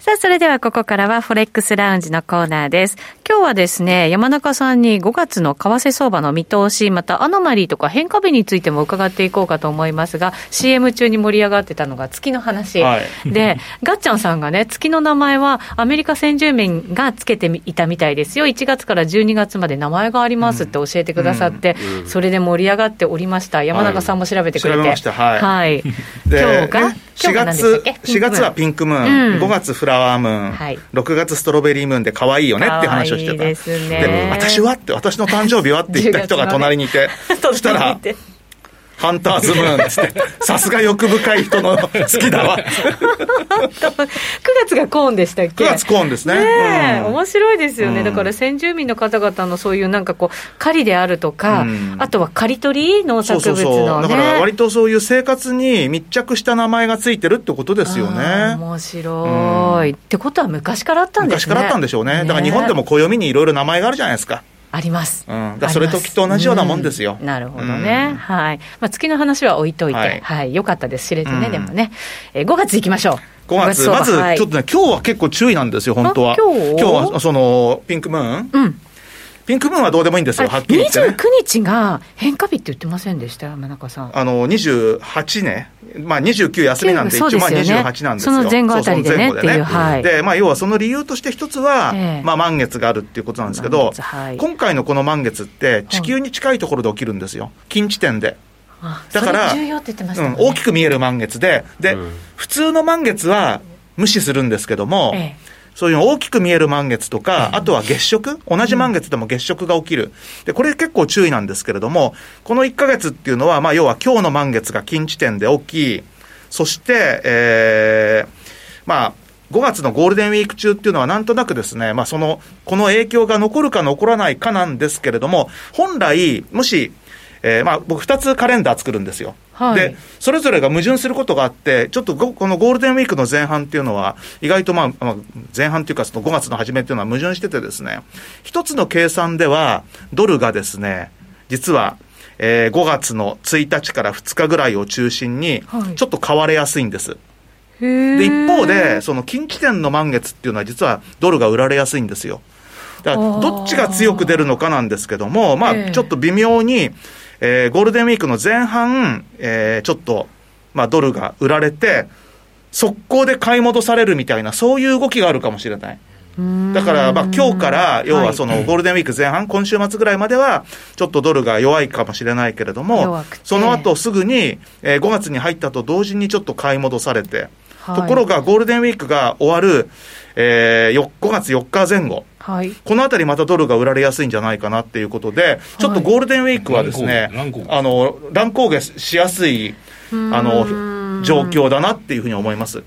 [SPEAKER 3] さあ、それではここからはフォレックスラウンジのコーナーです。今日はですね、山中さんに5月の為替相場の見通し、またアノマリーとか変化日についても伺っていこうかと思いますが、CM 中に盛り上がってたのが月の話。
[SPEAKER 2] はい
[SPEAKER 3] で、ガッチャンさんがね、月の名前はアメリカ先住民がつけていたみたいですよ。1月から12月まで名前がありますって教えてくださって、それで盛り上がっておりました。山中さんも調べてくれて。
[SPEAKER 2] 調べましたはい
[SPEAKER 3] はい。今
[SPEAKER 2] で
[SPEAKER 3] 日が、今日
[SPEAKER 2] 4
[SPEAKER 3] が何でしたっ
[SPEAKER 2] 月
[SPEAKER 3] け
[SPEAKER 2] 4月 はピンクムーン、
[SPEAKER 3] うん
[SPEAKER 2] 5月フラワームーン、
[SPEAKER 3] はい
[SPEAKER 2] 6月ストロベリームーンで可愛いよねって話をして
[SPEAKER 3] 可
[SPEAKER 2] た
[SPEAKER 3] 愛いですね
[SPEAKER 2] で私はって私の誕生日はって言った人が隣にい てそしたら
[SPEAKER 3] て
[SPEAKER 2] 「ハンターズムーン」っつって「さすが欲深い人の好き だわ」
[SPEAKER 3] 9月がコーンでしたっけ
[SPEAKER 2] 9月コーンですね
[SPEAKER 3] ねえ、
[SPEAKER 2] うん
[SPEAKER 3] 面白いですよ
[SPEAKER 2] う
[SPEAKER 3] ね、
[SPEAKER 2] ん
[SPEAKER 3] だから先住民の方々のそういうなんかこう狩りであるとか、
[SPEAKER 2] うん
[SPEAKER 3] あとは刈り取り農
[SPEAKER 2] そう
[SPEAKER 3] 作
[SPEAKER 2] そう
[SPEAKER 3] 物
[SPEAKER 2] そ
[SPEAKER 3] の
[SPEAKER 2] う
[SPEAKER 3] ね
[SPEAKER 2] だから割とそういう生活に密着した名前がついてるってことですよ
[SPEAKER 3] あー
[SPEAKER 2] ね
[SPEAKER 3] 面白い、ってことは昔からあったんで
[SPEAKER 2] 昔
[SPEAKER 3] すね
[SPEAKER 2] からあったんでしょうねだから日本でも暦にいろいろ名前があるじゃないですか
[SPEAKER 3] あります。
[SPEAKER 2] うんだからそれときっと同じようなもんですよ
[SPEAKER 3] うなるほどね。
[SPEAKER 2] うん
[SPEAKER 3] はい。まあ、月の話は置いといて、は。
[SPEAKER 2] はいい
[SPEAKER 3] よかったです。知れてね、
[SPEAKER 2] うん
[SPEAKER 3] でもね。えー、5月行きましょう。
[SPEAKER 2] 5月、まず
[SPEAKER 3] 相場はい
[SPEAKER 2] ちょっとね、今日は結構注意なんですよ、本当
[SPEAKER 3] あ
[SPEAKER 2] は。
[SPEAKER 3] 今日
[SPEAKER 2] は、その、ピンクムーン
[SPEAKER 3] うん。
[SPEAKER 2] ピンクムーンはどうでもいいんです
[SPEAKER 3] あれ
[SPEAKER 2] よ、はっきり言ってね
[SPEAKER 3] 29。日が変化日って言ってませんでした山中さん。
[SPEAKER 2] あの28ね、まあ、29休みなんで、一
[SPEAKER 3] そう
[SPEAKER 2] 応
[SPEAKER 3] で
[SPEAKER 2] まあ
[SPEAKER 3] すよね
[SPEAKER 2] 28なんですよ
[SPEAKER 3] その前後あたりでね
[SPEAKER 2] そうその前後
[SPEAKER 3] っていうはい
[SPEAKER 2] でまあ、要はその理由として、一つは、
[SPEAKER 3] ええ
[SPEAKER 2] まあ、満月があるっていうことなんですけ
[SPEAKER 3] 満
[SPEAKER 2] ど、
[SPEAKER 3] 月はい
[SPEAKER 2] 今回のこの満月って、地球に近いところで起きるんですよ、近地点で。
[SPEAKER 3] あ
[SPEAKER 2] だから
[SPEAKER 3] それ重要って言ってました
[SPEAKER 2] う
[SPEAKER 3] も
[SPEAKER 2] ん、
[SPEAKER 3] んね、
[SPEAKER 2] 大きく見える満月で、で、
[SPEAKER 1] うん
[SPEAKER 2] 普通の満月は無視するんですけども、
[SPEAKER 3] ええ
[SPEAKER 2] そういう大きく見える満月とか、あとは月食、同じ満月でも月食が起きる。で、これ結構注意なんですけれども、この1ヶ月っていうのは、まあ、要は今日の満月が近地点で起き、そして、えーまあ、5月のゴールデンウィーク中っていうのは、なんとなくですね、まあ、その、この影響が残るか残らないかなんですけれども、本来、もし、えーまあ、僕2つカレンダー作るんですよ。
[SPEAKER 3] はい
[SPEAKER 2] で、それぞれが矛盾することがあって、ちょっとごこのゴールデンウィークの前半っていうのは、意外と、まあ、まあ前半というか、その5月の初めっていうのは矛盾しててですね、一つの計算では、ドルがですね、実は、えー5月の1日から2日ぐらいを中心に
[SPEAKER 3] はい、
[SPEAKER 2] ちょっと買われやすいんです。
[SPEAKER 3] へー
[SPEAKER 2] で、一方で、その近畿圏の満月っていうのは、実はドルが売られやすいんですよ。だか
[SPEAKER 3] あー
[SPEAKER 2] ら、どっちが強く出るのかなんですけども、ま
[SPEAKER 3] ええ
[SPEAKER 2] あ、ちょっと微妙に、えーゴールデンウィークの前半、えーちょっと、まあ、ドルが売られて、速攻で買い戻されるみたいな、そういう動きがあるかもしれない。だから、まあ、今日から、要はその、ゴールデンウィーク前半、今週末ぐらいまでは、ちょっとドルが弱いかもしれないけれども
[SPEAKER 3] 弱くて、
[SPEAKER 2] その後すぐに、えー5月に入ったと同時にちょっと買い戻されて、
[SPEAKER 3] はい
[SPEAKER 2] ところがゴールデンウィークが終わる、えーよ5月4日前後。
[SPEAKER 3] はい
[SPEAKER 2] このあたりまたドルが売られやすいんじゃないかなっていうことで、ちょっとゴールデンウィークはですね、
[SPEAKER 4] 乱高下
[SPEAKER 2] あの乱高下しやすいあの状況だなっていうふうに思います。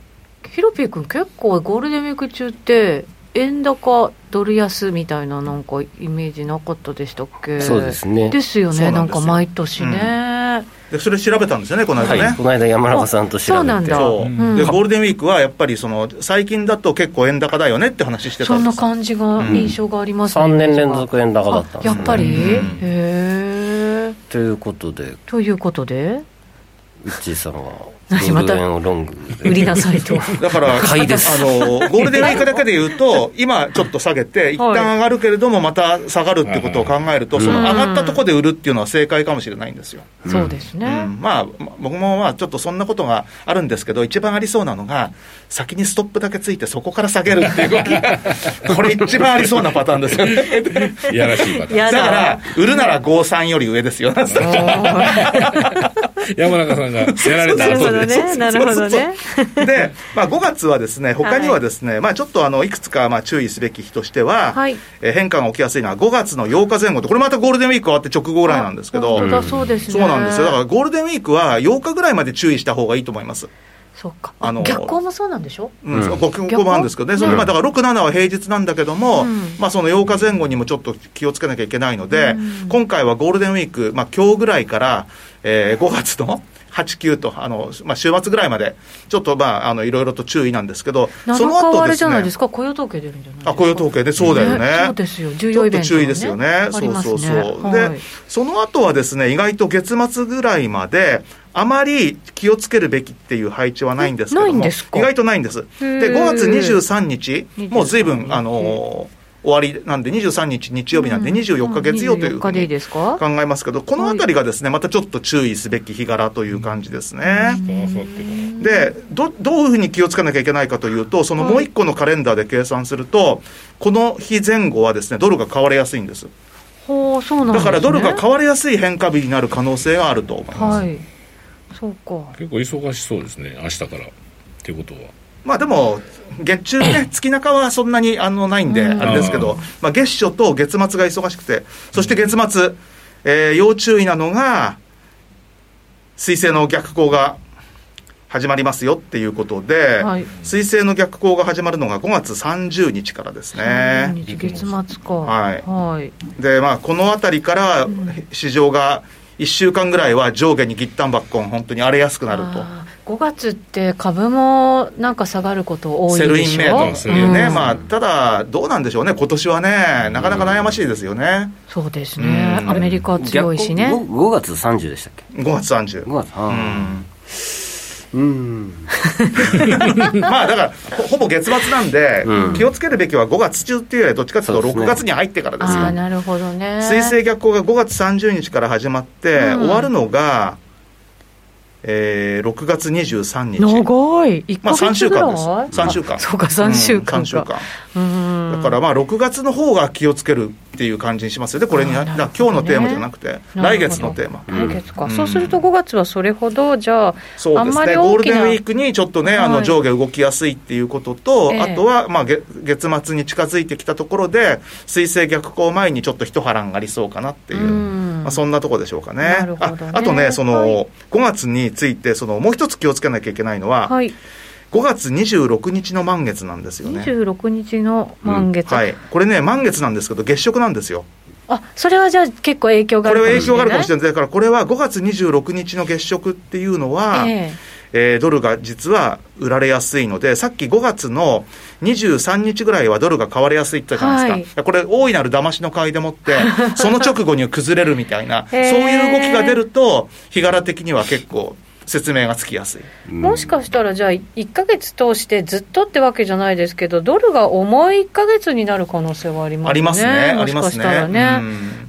[SPEAKER 3] ヒロピー君結構ゴールデンウィーク中って円高ドル安みたいななんかイメージなかったでしたっけ
[SPEAKER 1] そうですね
[SPEAKER 3] ですよ
[SPEAKER 2] そ
[SPEAKER 3] ね
[SPEAKER 2] う
[SPEAKER 3] な
[SPEAKER 2] なんんですよ
[SPEAKER 3] か毎年ね、
[SPEAKER 2] でそれ調べたんですよね、この間
[SPEAKER 1] はい、
[SPEAKER 2] ね。
[SPEAKER 1] この間山中さんと調べて
[SPEAKER 3] そうなんだ
[SPEAKER 2] そう、
[SPEAKER 4] うん
[SPEAKER 2] でゴールデンウィークはやっぱりその最近だと結構円高だよねって話してた
[SPEAKER 3] そ
[SPEAKER 2] ん
[SPEAKER 3] ん
[SPEAKER 2] で
[SPEAKER 3] な
[SPEAKER 2] す
[SPEAKER 3] 感じが印象がありますね、
[SPEAKER 1] 3年連続円高だったんで
[SPEAKER 3] あ
[SPEAKER 1] す
[SPEAKER 3] や
[SPEAKER 1] よ
[SPEAKER 3] っ
[SPEAKER 1] ね
[SPEAKER 3] ぱり、
[SPEAKER 2] うん
[SPEAKER 3] へえ
[SPEAKER 1] ということで
[SPEAKER 3] ということで
[SPEAKER 1] うっちーさんは
[SPEAKER 3] 私ま
[SPEAKER 1] ド
[SPEAKER 3] た
[SPEAKER 1] ル円をロングで
[SPEAKER 3] 売りなさい と
[SPEAKER 2] だから
[SPEAKER 1] 買いです
[SPEAKER 2] あのゴールデンウィークだけで言うと今ちょっと下げて一旦上がるけれどもまた下がるってことを考えると、
[SPEAKER 1] うん
[SPEAKER 2] その上がったとこで売るっていうのは正解かもしれないんですよ。
[SPEAKER 3] そうですね、
[SPEAKER 2] うんまあ、ま僕もまあちょっとそんなことがあるんですけど、一番ありそうなのが、先にストップだけついて、そこから下げるっていう動きが、 これ、一番ありそうなパターンですよね。
[SPEAKER 4] いやらしいパターン
[SPEAKER 2] だ
[SPEAKER 3] やだ
[SPEAKER 2] から、売るなら53より上で すよ、
[SPEAKER 4] 山中さんが やられた
[SPEAKER 3] なるほ
[SPEAKER 4] 後
[SPEAKER 3] ど
[SPEAKER 4] で
[SPEAKER 3] ねなるほどね
[SPEAKER 2] で、まあ、5月はですね、他にはですね、まあ、ちょっとあのいくつかまあ注意すべき日としては、
[SPEAKER 3] はい
[SPEAKER 2] えー変化が起きやすいのは5月の8日前後で、これまたゴールデンウィーク終わって直後ぐらいなんですけど、
[SPEAKER 3] 本当だそうですね、
[SPEAKER 2] そうなんですよ、だからゴールデンウィークは8日ぐらいまで注意した方がいいと思います。
[SPEAKER 3] そうか
[SPEAKER 2] あの
[SPEAKER 3] 逆行もそうなんでしょ
[SPEAKER 2] うん、
[SPEAKER 1] うん
[SPEAKER 2] 僕もなんですけどね、それまあだから6、7は平日なんだけども、
[SPEAKER 3] うん
[SPEAKER 2] まあ、その8日前後にもちょっと気をつけなきゃいけないので、
[SPEAKER 3] うん
[SPEAKER 2] 今回はゴールデンウィーク、まあ今日ぐらいから、えー5月の8、9と、あのまあ、週末ぐらいまで、ちょっとまああのいろいろと注意なんですけど、
[SPEAKER 3] 7
[SPEAKER 2] その
[SPEAKER 3] 日は
[SPEAKER 2] 後
[SPEAKER 3] あ
[SPEAKER 2] で
[SPEAKER 3] れじ
[SPEAKER 2] す
[SPEAKER 3] ゃない
[SPEAKER 2] ね
[SPEAKER 3] で、すか雇用統計出るんじゃないですか
[SPEAKER 2] あ雇用統計で、そうだよね
[SPEAKER 3] そうですよ重
[SPEAKER 2] ち
[SPEAKER 3] 要
[SPEAKER 2] ょ
[SPEAKER 3] イ
[SPEAKER 2] っと
[SPEAKER 3] ベント
[SPEAKER 2] 注意ですよね。
[SPEAKER 3] あ
[SPEAKER 2] そ
[SPEAKER 3] り
[SPEAKER 2] う
[SPEAKER 3] ます
[SPEAKER 2] そ
[SPEAKER 3] ね
[SPEAKER 2] うそう。
[SPEAKER 3] はい
[SPEAKER 2] で、その後はですね、意外と月末ぐらいまで、あまり気をつけるべきっていう配置はないんですけども、
[SPEAKER 3] えないんですか
[SPEAKER 2] 意外とないんです。
[SPEAKER 3] ー
[SPEAKER 2] で、5月23日、もう随
[SPEAKER 3] 23
[SPEAKER 2] 分、
[SPEAKER 3] 日
[SPEAKER 2] あのー終わりなんで、23日日曜日なんで、
[SPEAKER 3] うん
[SPEAKER 2] 24日月曜という
[SPEAKER 3] 24
[SPEAKER 2] ふう
[SPEAKER 3] 日でいい
[SPEAKER 2] に
[SPEAKER 3] ですか
[SPEAKER 2] 考えますけど、このあたりがですね、またちょっと注意すべき日柄という感じですね。
[SPEAKER 4] あそうってこと
[SPEAKER 2] でどどういうふうに気をつけなきゃいけないかというと、その
[SPEAKER 3] はい
[SPEAKER 2] もう一個のカレンダーで計算すると、この日前後はですねドルが買われやすいんです。
[SPEAKER 3] ほうそうなんで
[SPEAKER 2] だ
[SPEAKER 3] す、ね、
[SPEAKER 2] からドルが
[SPEAKER 3] わ
[SPEAKER 2] 買われやすい変化日になる可能性があると思います。
[SPEAKER 3] はいそうか
[SPEAKER 4] 結構忙しそうですね明日からっていうことは
[SPEAKER 2] まあでも、月中 ね、月中はそんなにあのないんで、
[SPEAKER 3] うん
[SPEAKER 2] あれですけど、まあ、月初と月末が忙しくて、そして月末、えー要注意なのが、彗星の逆行が始まりますよっていうことで、
[SPEAKER 3] はい
[SPEAKER 2] 水星の逆行が始まるのが5月30日からですね。
[SPEAKER 3] 30日月末か
[SPEAKER 2] はい
[SPEAKER 3] はい
[SPEAKER 2] で、まあ、この辺りから市場が1週間ぐらいは上下にぎったんばっこん、本当に荒れやすくなると。
[SPEAKER 3] あー5月って株もなんか下がること多い
[SPEAKER 2] セル
[SPEAKER 3] で
[SPEAKER 2] イン
[SPEAKER 3] しょ
[SPEAKER 2] メイト
[SPEAKER 4] す
[SPEAKER 2] と
[SPEAKER 4] る
[SPEAKER 2] い
[SPEAKER 4] よ
[SPEAKER 2] う
[SPEAKER 4] ね
[SPEAKER 2] ね、
[SPEAKER 3] ん
[SPEAKER 2] まあ、ただ、どうなんでしょうね、今年はね、なかなか悩ましいですよね、
[SPEAKER 3] そうですね、
[SPEAKER 2] うん
[SPEAKER 3] アメリカ強いしね、
[SPEAKER 1] 逆ご 5, 月30でしたっけ
[SPEAKER 2] 5月30。
[SPEAKER 1] 5月
[SPEAKER 2] う
[SPEAKER 1] あ
[SPEAKER 2] ん
[SPEAKER 1] ーうん
[SPEAKER 2] まあだからほ、ほぼ月末なんで、
[SPEAKER 1] うん
[SPEAKER 2] 気をつけるべきは5月中っていうよりは、どっちかというと
[SPEAKER 1] そうです
[SPEAKER 2] 6
[SPEAKER 1] ね
[SPEAKER 2] 月に入ってからです
[SPEAKER 3] あ
[SPEAKER 2] よ
[SPEAKER 3] あ、なるほどね、
[SPEAKER 2] 水星逆行が5月30日から始まって、
[SPEAKER 3] うん
[SPEAKER 2] 終わるのが、えー、6月23日。
[SPEAKER 3] 長い、1
[SPEAKER 2] まあ
[SPEAKER 3] ヶ
[SPEAKER 2] 3
[SPEAKER 3] 月
[SPEAKER 2] 週
[SPEAKER 3] ぐらい、
[SPEAKER 2] 間です。3週間。
[SPEAKER 3] そうか、3週間か、
[SPEAKER 2] うん三週間。
[SPEAKER 3] う
[SPEAKER 2] だ
[SPEAKER 3] ん
[SPEAKER 2] からまあ6月の方が気をつけるっていう感じにしますよね、これに、
[SPEAKER 3] あ
[SPEAKER 2] だ
[SPEAKER 3] ーな
[SPEAKER 2] か
[SPEAKER 3] るほど
[SPEAKER 2] ら今日
[SPEAKER 3] ね
[SPEAKER 2] のテーマじゃなくて、
[SPEAKER 3] なる
[SPEAKER 2] 来
[SPEAKER 3] ほど
[SPEAKER 2] 月のテーマ。
[SPEAKER 3] 来月か、
[SPEAKER 2] うん
[SPEAKER 3] そうすると5月はそれほど、じゃあ、
[SPEAKER 2] そう
[SPEAKER 3] あん
[SPEAKER 2] です
[SPEAKER 3] ま
[SPEAKER 2] ね、
[SPEAKER 3] り
[SPEAKER 2] ゴー
[SPEAKER 3] 大
[SPEAKER 2] ル
[SPEAKER 3] き
[SPEAKER 2] デン
[SPEAKER 3] な
[SPEAKER 2] ウィークにちょっとね、
[SPEAKER 3] はい
[SPEAKER 2] あの上下動きやすいっていうことと、
[SPEAKER 3] ええ
[SPEAKER 2] あとは、まあ、げ月末に近づいてきたところで、水星逆行前にちょっと一波乱がありそうかなっていう、
[SPEAKER 3] うん
[SPEAKER 2] まあ、そんなとこでしょうかね。
[SPEAKER 3] なるほどね
[SPEAKER 2] ああとね、その、
[SPEAKER 3] はい
[SPEAKER 2] 5月について、そのもう一つ気をつけなきゃいけないのは、
[SPEAKER 3] はい、
[SPEAKER 2] 5月26日の満月なんですよね。
[SPEAKER 3] 26日の満月、
[SPEAKER 2] はい、これね、満月なんですけど、月食なんですよ。
[SPEAKER 3] あそれはじゃあ、結構影響が
[SPEAKER 2] こ
[SPEAKER 3] あ
[SPEAKER 2] れ
[SPEAKER 3] る
[SPEAKER 2] は影
[SPEAKER 3] かもしれ
[SPEAKER 2] 響があ
[SPEAKER 3] ない
[SPEAKER 2] るかもしれない。だからこれは5月26日の月食っていうのは、
[SPEAKER 3] ええ
[SPEAKER 2] えードルが実は売られやすいので、さっき5月の23日ぐらいはドルが買われやすいって言ったじゃないですか、これ、大いなる騙しの買いでも って、その直後に崩れるみたいな、そう
[SPEAKER 3] へー
[SPEAKER 2] いう動きが出ると、日柄的には結構、説明がつきやすい。
[SPEAKER 3] もしかしたらじゃあ1ヶ月通してずっとってわけじゃないですけどドルが重い1ヶ月になる可能性はありますね
[SPEAKER 2] ありますね、あ
[SPEAKER 3] も
[SPEAKER 2] り
[SPEAKER 3] し
[SPEAKER 2] ま
[SPEAKER 3] か
[SPEAKER 2] す
[SPEAKER 3] し
[SPEAKER 2] ね。
[SPEAKER 3] たらね、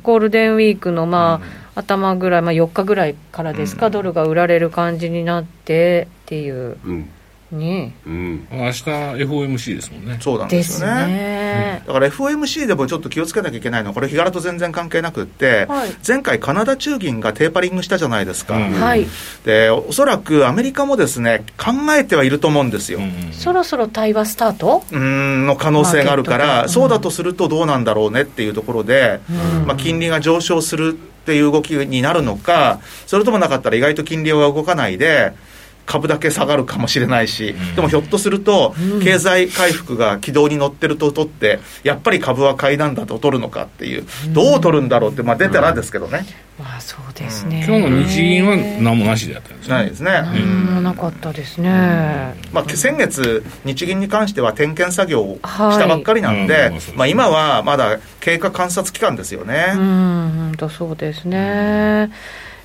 [SPEAKER 3] ゴールデンウィークのまあ、頭ぐらい、まあ、4日ぐらいからですか、
[SPEAKER 2] うん
[SPEAKER 3] ドルが売られる感じになってっていう
[SPEAKER 1] うん
[SPEAKER 3] ね
[SPEAKER 1] うん
[SPEAKER 4] 明日 FOMC ですもんね
[SPEAKER 2] うん。そうなん
[SPEAKER 3] で
[SPEAKER 2] ですすよね。
[SPEAKER 3] ね、
[SPEAKER 2] だから FOMC でもちょっと気をつけなきゃいけないのは、これ、日柄と全然関係なくって、
[SPEAKER 3] はい
[SPEAKER 2] 前回、カナダ中銀がテーパリングしたじゃないですか、
[SPEAKER 4] うん
[SPEAKER 3] はい
[SPEAKER 2] でおそらくアメリカもですね考えてはいると思うんですよ。
[SPEAKER 4] う
[SPEAKER 2] うん
[SPEAKER 4] うん
[SPEAKER 3] そろそろ対話スタート、
[SPEAKER 2] ーんの可能性があるか
[SPEAKER 3] マーケットがう
[SPEAKER 2] ら、
[SPEAKER 3] ん
[SPEAKER 2] そうだとするとどうなんだろうねっていうところで、
[SPEAKER 3] うん
[SPEAKER 2] まあ、金利が上昇するっていう動きになるのか、それともなかったら意外と金利は動かないで、株だけ下がるかもしれないし、でもひょっとすると、経済回復が軌道に乗ってると取って、やっぱり株は買いなんだと取るのかっていう、どう取るんだろうって、まあ、出たらですけどね、
[SPEAKER 3] まあそうですね、
[SPEAKER 4] 今日の日銀は何もなしでやったんですよ
[SPEAKER 2] ないですね。
[SPEAKER 3] 何もなかったですね、
[SPEAKER 2] まあ、先月、日銀に関しては点検作業を
[SPEAKER 3] はい
[SPEAKER 2] したばっかりなんで、
[SPEAKER 4] うんうん
[SPEAKER 2] まあ、今はまだ経過観察期間ですよね。
[SPEAKER 3] うん、本当そうですね。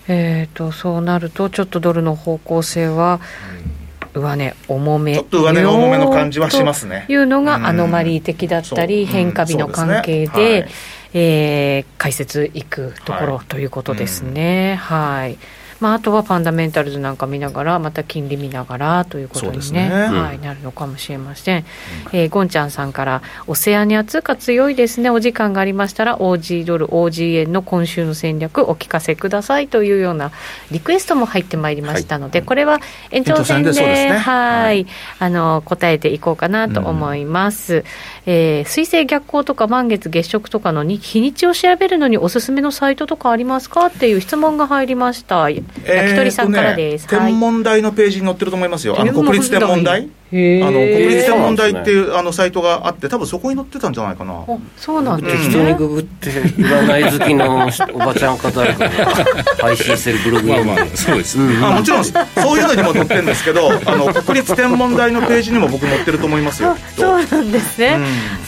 [SPEAKER 3] えっ、と、そうなると、ちょっとドルの方向性は、上値重め。
[SPEAKER 2] ちょっと上値が重めの感じはしますね
[SPEAKER 3] というの
[SPEAKER 2] う
[SPEAKER 3] が
[SPEAKER 2] ん
[SPEAKER 3] アノマリー的だった
[SPEAKER 2] そう
[SPEAKER 3] り、
[SPEAKER 2] うん
[SPEAKER 3] 変化日の関係
[SPEAKER 2] そうですね
[SPEAKER 3] で
[SPEAKER 2] はい、
[SPEAKER 3] えー解説いくところ
[SPEAKER 2] はい
[SPEAKER 3] ということですね。はい。まあ、あとはファンダメンタルズなんか見ながらまた金利見ながらということ
[SPEAKER 2] そうで
[SPEAKER 3] に
[SPEAKER 2] す
[SPEAKER 3] ね
[SPEAKER 2] ね
[SPEAKER 3] はいなるのかもしれません、えーゴンちゃんさんからオセアニア通貨強いですねお時間がありましたら OG ドル OG 円の今週の戦略お聞かせくださいというようなリクエストも入ってまいりましたので、これは延長戦で
[SPEAKER 2] 延長戦でそうですね
[SPEAKER 3] はい、
[SPEAKER 2] はい
[SPEAKER 3] あの答えていこうかなと思います、えー水星逆行とか満月月食とかのに日にちを調べるのにおすすめのサイトとかありますかっていう質問が入りました焼き鳥さんからです、
[SPEAKER 2] えーとね
[SPEAKER 3] はい
[SPEAKER 2] 天文台のページに載ってると思いますよ。あの国立天文台あ
[SPEAKER 3] へー
[SPEAKER 2] の国立天文台っていうあのサイトがあって、多分そこに載ってたんじゃないかな。
[SPEAKER 3] あそうなんで
[SPEAKER 1] 適
[SPEAKER 3] す
[SPEAKER 1] 当に
[SPEAKER 3] ね、
[SPEAKER 1] ググって占い好きのおばちゃんか誰かが配信してるブログ
[SPEAKER 4] まあ
[SPEAKER 1] を
[SPEAKER 4] まあそうです、
[SPEAKER 1] うん
[SPEAKER 2] あもちろんそういうのにも載ってるんですけ どあの国立天文台のページにも僕載ってると思いますよ
[SPEAKER 3] あ
[SPEAKER 2] きっと
[SPEAKER 3] そうなんですね、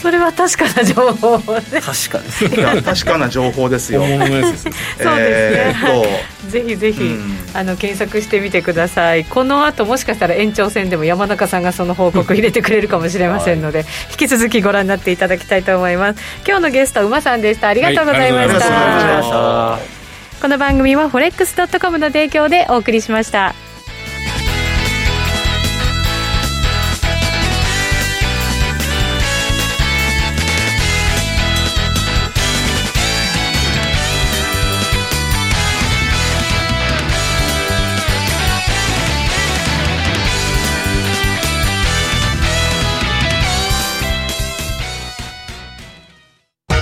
[SPEAKER 3] それは確かな情報ね
[SPEAKER 1] 確 かです
[SPEAKER 2] いや確かな情報ですよ
[SPEAKER 4] 本物のやつです
[SPEAKER 3] そうで
[SPEAKER 2] え
[SPEAKER 3] すね、
[SPEAKER 2] ーっ
[SPEAKER 3] ぜひぜひ、
[SPEAKER 2] うん
[SPEAKER 3] あの検索してみてくださいこの後もしかしたら延長戦でも山中さんがその報告入れてくれるかもしれませんので、引き続きご覧になっていただきたいと思います今日のゲストは馬さんでしたありがとうございま
[SPEAKER 2] とあり
[SPEAKER 3] し
[SPEAKER 2] が
[SPEAKER 3] た、
[SPEAKER 2] とうございました
[SPEAKER 3] この番組はフォレックス .com の提供でお送りしました